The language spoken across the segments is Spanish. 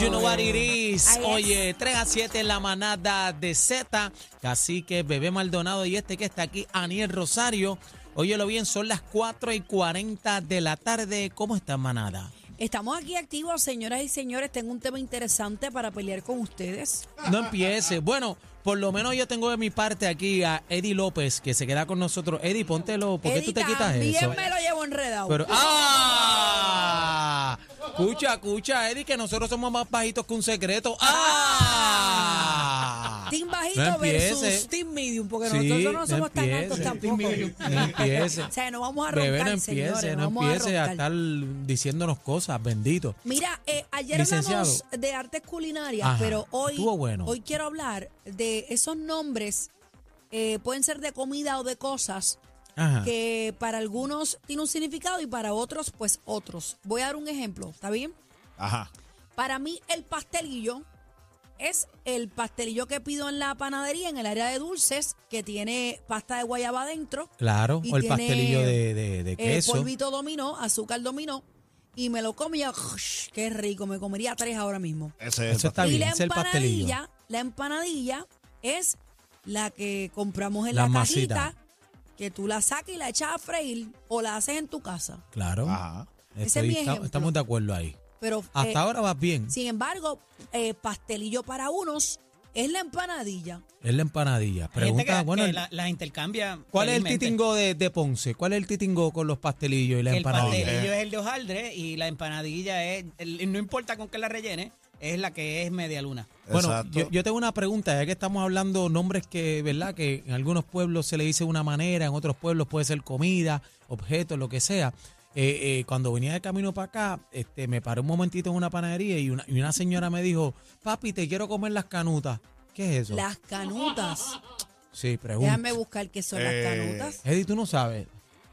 You know what it is. Ahí es. Oye, 3 a 7 en la manada de Z. Cacique, Bebé Maldonado y este que está aquí, Aniel Rosario. Óyelo bien, son las 4 y 40 de la tarde. ¿Cómo está manada? Estamos aquí activos, señoras y señores. Tengo un tema interesante para pelear con ustedes. No empiece. Bueno, por lo menos yo tengo de mi parte aquí a Eddie López, que se queda con nosotros. Eddie, póntelo. ¿Por qué tú Eddie te quitas también eso? me lo llevo enredado. Pero, ¡Ah! Escucha, escucha, Eddie, que nosotros somos más bajitos que un secreto. ¡Ah! team bajito No empiece. versus team medium, porque Sí, nosotros no somos tan empiece. altos tampoco. No empiece. O sea, no vamos a Bebé, roncar, no empiece, señores, no vamos a empiece a, roncar. estar diciéndonos cosas, bendito. Mira, eh, ayer Licenciado. hablamos de artes culinarias, Ajá, pero hoy, estuvo bueno. hoy quiero hablar de esos nombres. eh, pueden ser de comida o de cosas Ajá. que para algunos tiene un significado y para otros, pues otros. Voy a dar un ejemplo, ¿está bien? Ajá. Para mí, el pastelillo es el pastelillo que pido en la panadería, en el área de dulces, que tiene pasta de guayaba adentro, Claro, y o el tiene, pastelillo de, de- de eh, queso. polvito dominó, azúcar dominó, y me lo comía. ¡Qué rico! Me comería tres ahora mismo. Ese es Eso el está pastel. y bien, la es el pastelillo. empanadilla, la empanadilla es la que compramos en La la, masita. cajita, que tú la sacas y la echas a freír o la haces en tu casa. Claro, Ajá. Ese es Estoy- mi esta- ejemplo. estamos de acuerdo ahí. Pero Hasta eh, ahora vas bien, Sin embargo, eh, pastelillo para unos es la empanadilla. es la empanadilla. Hay gente Pregunta, que- bueno, que el- la- las intercambia. ¿cuál es el felizmente. titingo de, de Ponce? ¿Cuál es el titingo con los pastelillos y la El empanadilla? pastelillo es el de hojaldre y la empanadilla es, el- no importa con qué la rellene, es la que es media luna. Bueno, Exacto. yo, yo tengo una pregunta, ya que estamos hablando nombres que, ¿verdad? Que en algunos pueblos se le dice de una manera, en otros pueblos puede ser comida, objetos, lo que sea. Eh, eh, cuando venía de camino para acá, este, me paré un momentito en una panadería y una, y una señora me dijo, papi, te quiero comer las canutas. ¿Qué es eso? Las canutas. Sí, pregunta. Déjame buscar qué son Eh, las canutas. Eddie, tú no sabes.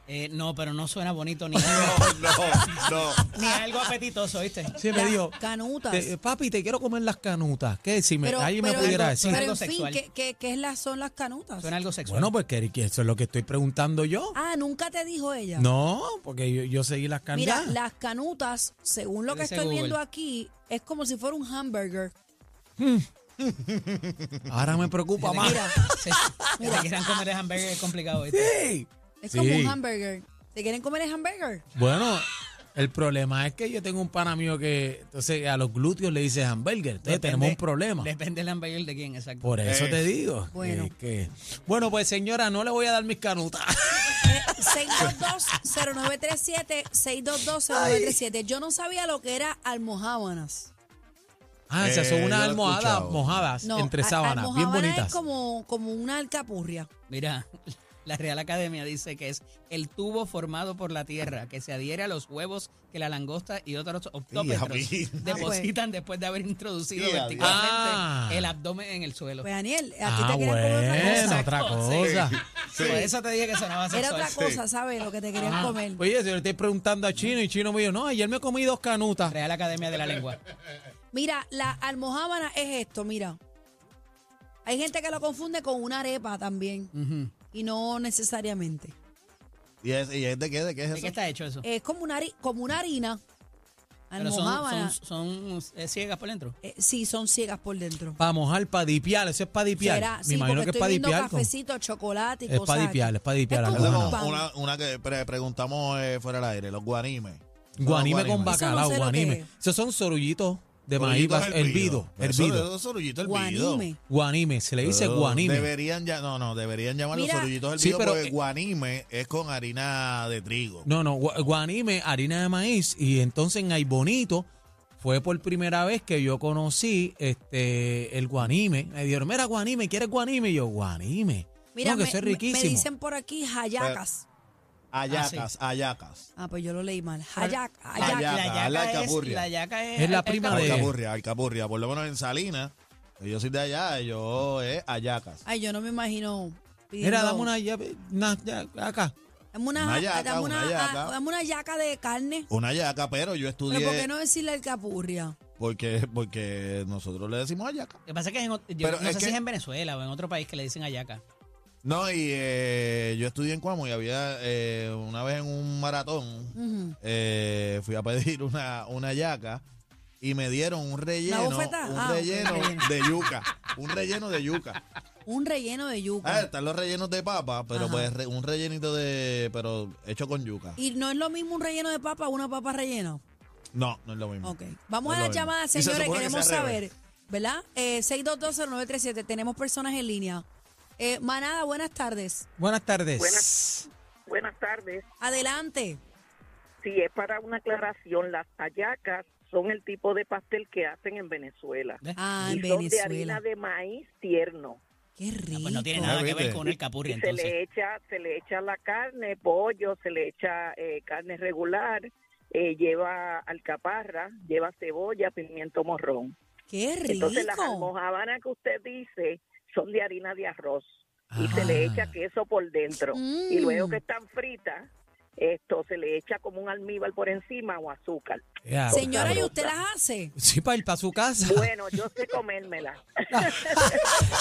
Eh, no, pero no suena bonito ni algo, No, no. ni algo apetitoso, ¿viste? Sí, me Las dijo, canutas. "Te- eh, papi, te quiero comer las canutas. ¿Qué? Si me, alguien me pudiera pero- decir. pero Algo en fin, sexual. ¿qué, qué, qué es la- son las canutas? Suena algo sexual. Bueno, pues que que eso es lo que estoy preguntando yo. Ah, nunca te dijo ella. No, porque yo, yo seguí las canutas. Mira, las canutas, según lo que Dice estoy Google. viendo aquí, es como si fuera un hamburger. Ahora me preocupa más. Mira, Sí, que te quieran comer el hamburger es complicado, ¿viste? Sí. es Sí. como un hamburger. ¿Te quieren comer el hamburger? Bueno, el problema es que yo tengo un pana mío que entonces a los glúteos le dice hamburger. Entonces Depende- tenemos un problema. Depende del hamburger de quién, exacto. Por eso Eh. te digo. Bueno. que- que- bueno, pues señora, no le voy a dar mis canutas. Eh, 622-0937, 622-0937. Yo no sabía lo que era almohábanas. Ah, Eh, esas son yo unas lo he almohadas escuchado. mojadas No, entre a- sábanas, bien almohábana bonitas. es como, como una alcapurria. Mira, la Real Academia dice que es el tubo formado por la tierra que se adhiere a los huevos que la langosta y otros optómetros Sí, a mí. depositan después de haber introducido Sí, a mí. verticalmente Ah. el abdomen en el suelo. Pues Daniel, aquí Ah, te querían comer bueno, otra cosa. otra cosa. Por eso te dije que sonaba Era sexual. otra cosa, ¿sabes? Lo que te Ah. querían comer. Oye, si le estoy preguntando a Chino y Chino me dijo, no, ayer me comí dos canutas. Real Academia de la Lengua. Mira, la almohábana es esto, mira. Hay gente que lo confunde con una arepa también. Y no necesariamente. ¿Y es, ¿Y es de qué? ¿De qué es ¿De qué eso? está hecho eso? Es como una, hari- como una harina. Pero son, Almohábana. son, son, eh, ciegas por dentro. eh, sí, son ciegas por dentro. Para mojar, para dipiar, eso es para dipiar. Será, Me sí, imagino porque que es estoy para viendo dipiar. con- cafecito, chocolate y Es cosas. pa' dipiar, aquí. es pa' dipiar, Es la Esa como verdad. un es pan. como una, una que pre- preguntamos eh, fuera del aire, los guanimes. Ah, Guanime con vaca. bacalao, Eso no sé lo que guanime. es. Esos son sorullitos de maíz vas- hervido, hervido. Esos sorullitos hervidos. Guanime. Guanime, se le dice Pero guanime. Deberían ya, no, no, deberían llamarlos Mira. sorullitos hervidos Sí, pero- eh, porque guanime es con harina de trigo. No, no, gua- guanime, harina de maíz. Y entonces en Aibonito fue por primera vez que yo conocí este el guanime. Me dijeron, mira, guanime, ¿quieres guanime? Y yo, guanime. Mira, no, que me, eso es me- riquísimo. me dicen por aquí jayacas. Ayacas, ayacas. Ah, pues yo lo leí mal. Hayak, La- hayak. Ayaca, la yaca la es- alcapurria. la yaca es, Es la al- prima alcapurria. de- Alcapurria, alcapurria. Por lo menos en Salinas, que yo soy de allá, yo es ayacas. Ay, yo no me imagino. pidiendo- Mira, dame una llave, na- ya- acá. Dame una, Una yaca, dame una, una yaca. ah, dame una yaca de carne. Una ayaca, pero yo estudié Pero ¿por qué no decirle alcapurria? porque, porque nosotros le decimos ayaca. Lo que pasa es que es en, ot- yo Pero no es sé si que- es en Venezuela o en otro país que le dicen ayaca. No, y eh, yo estudié en Cuamo y había eh, una vez en un maratón, eh, fui a pedir una, una yaca y me dieron un relleno, un bofetada? Ah, ok, relleno un relleno. de yuca, un relleno de yuca. Un relleno de yuca. Ah, están los rellenos de papa, pero Ajá. pues re- un rellenito de, pero hecho con yuca. Y no es lo mismo un relleno de papa o una papa rellena. No, no es lo mismo. Ok. Vamos No a es las lo mismo. llamadas, Y se señores. supone que Queremos sea al saber, revés. ¿verdad? Eh, 6220937. Tenemos personas en línea. Eh, Manada, buenas tardes. Buenas tardes. Buenas. Buenas tardes. Adelante. Sí, es para una aclaración. Las hallacas son el tipo de pastel que hacen en Venezuela. ¿Ves? Ah, y en son de harina Venezuela. de maíz tierno. Qué rico. Ah, pues no tiene Ah, nada que viste. ver con el capurria, y se entonces. le echa, se le echa la carne, pollo, se le echa eh, carne regular, eh, lleva alcaparra, lleva cebolla, pimiento morrón. Qué rico. Entonces las almojábanas que usted dice son de harina de arroz y se le Ah. echa queso por dentro Mm. y luego que están fritas, esto se le echa como un almíbar por encima o azúcar. Ya. pues, Señora, ¿y Sabrosa. usted las hace? Sí, para ir para su casa. Bueno, yo sé comérmela.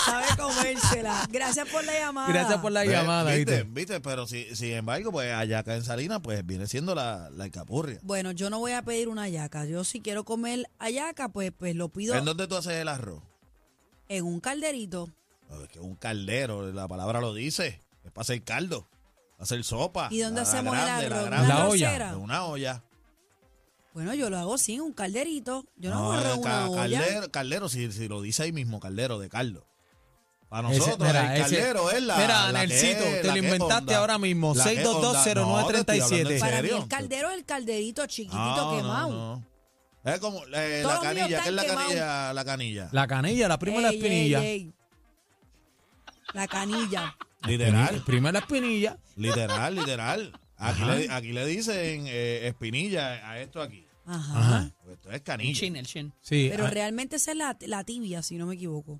Sabe comérselas. Gracias por la llamada. Gracias por la Ve- llamada, ¿viste? ¿viste? ¿Viste? Pero si, sin embargo, pues ayaca en Salinas, pues viene siendo la, la alcapurria. Bueno, yo no voy a pedir una yaca. Yo si quiero comer ayaca, pues, pues lo pido ¿En dónde tú haces el arroz? en un calderito. No, es que un caldero, la palabra lo dice. Es para hacer caldo, para hacer sopa. ¿Y dónde la- la hacemos grande, el la arroz? grande. La olla. arrocera? En una olla. Bueno, yo lo hago sin un calderito. Yo no, No, hago eh, una ca- olla. Caldero, caldero si, si lo dice ahí mismo, caldero de caldo. Para Ese- nosotros, mira, el ese- caldero es la. mira, la que- Nelsito, te lo la que inventaste onda. ahora mismo, La que onda. 6220937. No, te estoy hablando en Para mí serio. el caldero es el calderito chiquitito No, no, quemado. no. Es como eh, Todos la los míos canilla, ¿qué es están la quemados. canilla? La canilla. La canilla, la prima de la Ey, ey, espinilla. ey. La canilla. Literal, Prima de la espinilla. literal, literal. Aquí le, aquí le dicen eh, espinilla a esto aquí. Ajá. Esto es El canilla. chin, el chin. Sí. Pero ah, realmente esa es la, la tibia, si no me equivoco.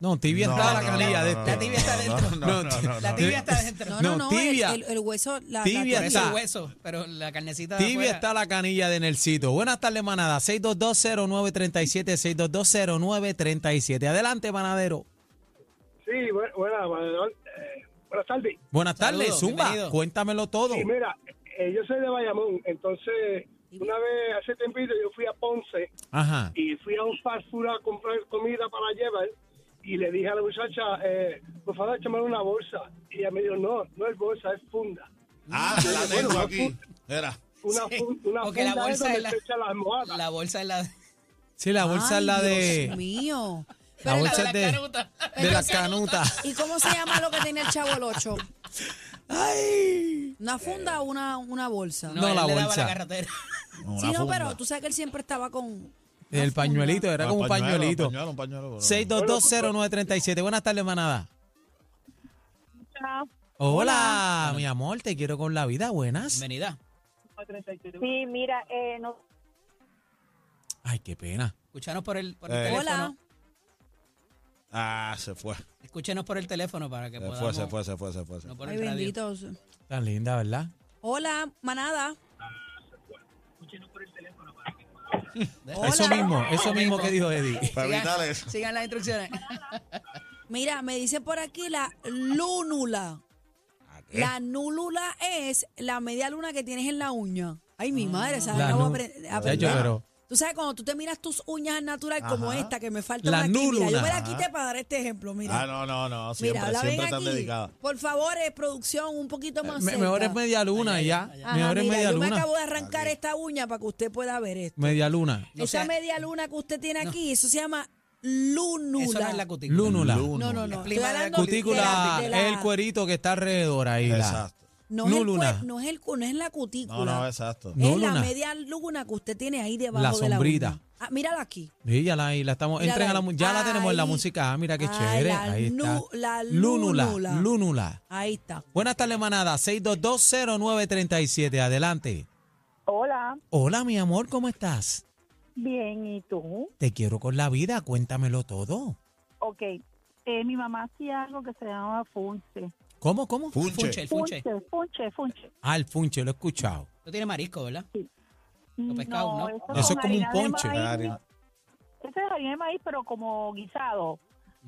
no, tibia No, está la no, canilla no, de no, este. La tibia está No, dentro. no, no, no, no, La no. tibia está dentro. No, no, No, no. tibia. El, el- el hueso, la, la Tibia Por torre- eso está. el hueso, pero la carnecita de Tibia afuera- está la canilla de Nelsito. Buenas tardes, manada. 6220937, 6220937. Adelante, manadero. Sí, bu- buena, buena, eh, buenas tardes. Buenas Saludos, tardes, Zumba. bienvenido. Cuéntamelo todo. Sí, mira, eh, yo soy de Bayamón, entonces una vez hace tiempito yo fui a Ponce Ajá. y fui a un fast food a comprar comida para llevar y le dije a la muchacha, eh, por favor, échame una bolsa. Y ella me dijo, no, no es bolsa, es funda. Ah, la tengo aquí. Era. Una, Sí, fun- una porque la funda es bolsa donde es la- se echa la almohada. La bolsa es la de Sí, la bolsa es la Ay, de, Dios mío. la Pero bolsa la es de, caruta. de las canutas. ¿Y cómo se llama lo que tenía el chavo el 8? Ay. ¿Una funda o una, una bolsa? No, No, él la le daba bolsa. la carretera. Una sí, no, funda. pero tú sabes que él siempre estaba con... El pañuelito, era Ah, como un pañuelito. Un pañuelo, un pañuelo, pero no. 6220937. Buenas tardes, manada. Hola, mi amor, te quiero con la vida. Buenas. Bienvenida. Sí, mira, eh, no, Ay, qué pena. Escúchanos por el, por el Eh. teléfono. Hola. Ah, se fue. Se Escúchenos por el teléfono para que podamos. fue, se fue, se fue, se fue. se No fue. por Ay, el radio. bendito. Tan linda, ¿verdad? Hola, manada. Hola. Eso mismo, eso mismo que dijo Eddie. Para Sigan- evitar eso. Sigan las instrucciones. Mira, me dice por aquí la lúnula. La nulula es la media luna que tienes en la uña. Ay, mi madre, ¿sabes? La Ah, No voy a nu- apre- a Chacho, aprender. pero- Tú sabes, cuando tú te miras tus uñas al natural como Ajá. esta, que me falta La una aquí. Mira, yo me la nulula. quité para dar este ejemplo, mira. Ah, no, no, no. Siempre, mira, la ven siempre están aquí. dedicadas. Por favor, eh, producción, un poquito más Me- cerca. mejor es media luna ya. Ajá, Mejor es mira, media yo me luna. acabo de arrancar esta uña para que usted pueda ver esto. Media luna. No Esa sea- media luna que usted tiene aquí, eso se llama lunula. Eso no es la cutícula. Lúnula. Lúnula. No, no, no. Estoy Prima de la hablando de la- Cutícula de la- el cuerito que está alrededor ahí. la- Exacto. No, es el Luluna. cuer- no, es el, cu- no es la No, cutícula. no, exacto. No, es la Luna. media luna que usted tiene ahí debajo La de la sombrita. uña. Ah, mírala aquí. Sí, ya la, y la estamos. Mírala entren a la, ahí. mu- ya la tenemos en la Ahí. música. Ah, mira qué Ah, chévere. la Ahí está. nu- la Lúnula. lúnula. Lúnula. Ahí está. Buenas tardes, manada. 6220937. Adelante. Hola, Hola, mi amor, ¿cómo estás? bien, ¿y tú? Te quiero con la vida. Cuéntamelo todo. Ok, eh, mi mamá hacía algo que se llamaba funche. ¿Cómo, cómo? Funche, el funche. Funche, funche, funche. Ah, el funche, lo he escuchado. No tiene marisco, ¿verdad? pescados, ¿no? Mm, Eso, Eso es con como un harina de ponche. maíz. Harina. Ese es harina de maíz, pero como guisado.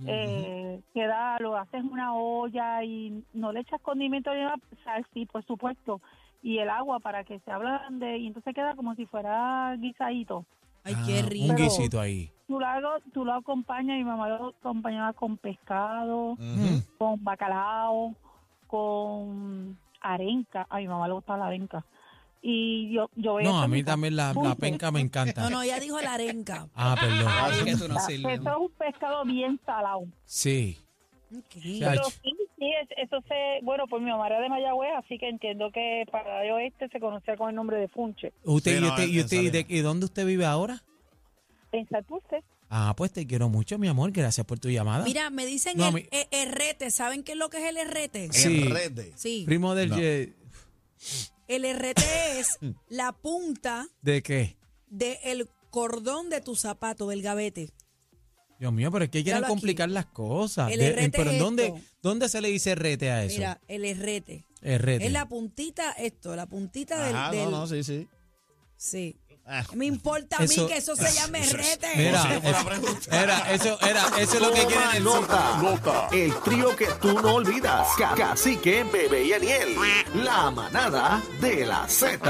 eh, que da, lo haces en una olla y no le echas condimento ni nada, sal, sí, por supuesto, y el agua para que se ablande, y entonces queda como si fuera guisadito. Ay, Ah, qué rico. Un guisito ahí. Tú lo, hago- tú lo acompañas, mi mamá lo acompañaba con pescado, Ujú. con bacalao, con arenca. A mi mamá le gustaba la arenca. Y yo, yo No, eso a en mi mí casa. también la, la Funche. penca me encanta. No, no, ella dijo la arenca. Ah, Es perdón. que tú no Eso sirves. es un pescado bien salado. Sí. Ok. Ya, Pero sí, sí, es- eso se, bueno, pues mi mamá era de Mayagüez, así que entiendo que para el oeste se conocía con el nombre de Funche. Usted, Sí, y no, usted- y en usted- y de- Salinas. ¿y dónde usted vive ahora? En Santurce, Ah, pues te quiero mucho, mi amor. Gracias por tu llamada. Mira, me dicen No, Eh, a el, mí- e- errete. ¿Saben qué es lo que es el errete? Sí. En redes. Sí. Primo del... No. ye- El errete es la punta ¿De qué? del cordón de tu zapato, del gavete. Dios mío, pero es que quieren Míralo aquí. complicar las cosas. El De- errete pero es ¿en dónde, esto. dónde se le dice rete a eso? Mira, el errete. Errete. Es la puntita, esto, la puntita del. Ajá, del- no, no, sí, sí. Sí. Ah. Me importa a Eso- mí que eso se llame errete. Mira, Como si fuera es- pregunta. era, eso, era, eso es lo que quieren. Toma el- nota, nota. El trío que tú no olvidas. Ca- Cacique, Bebé y Aniel. La manada de la Z.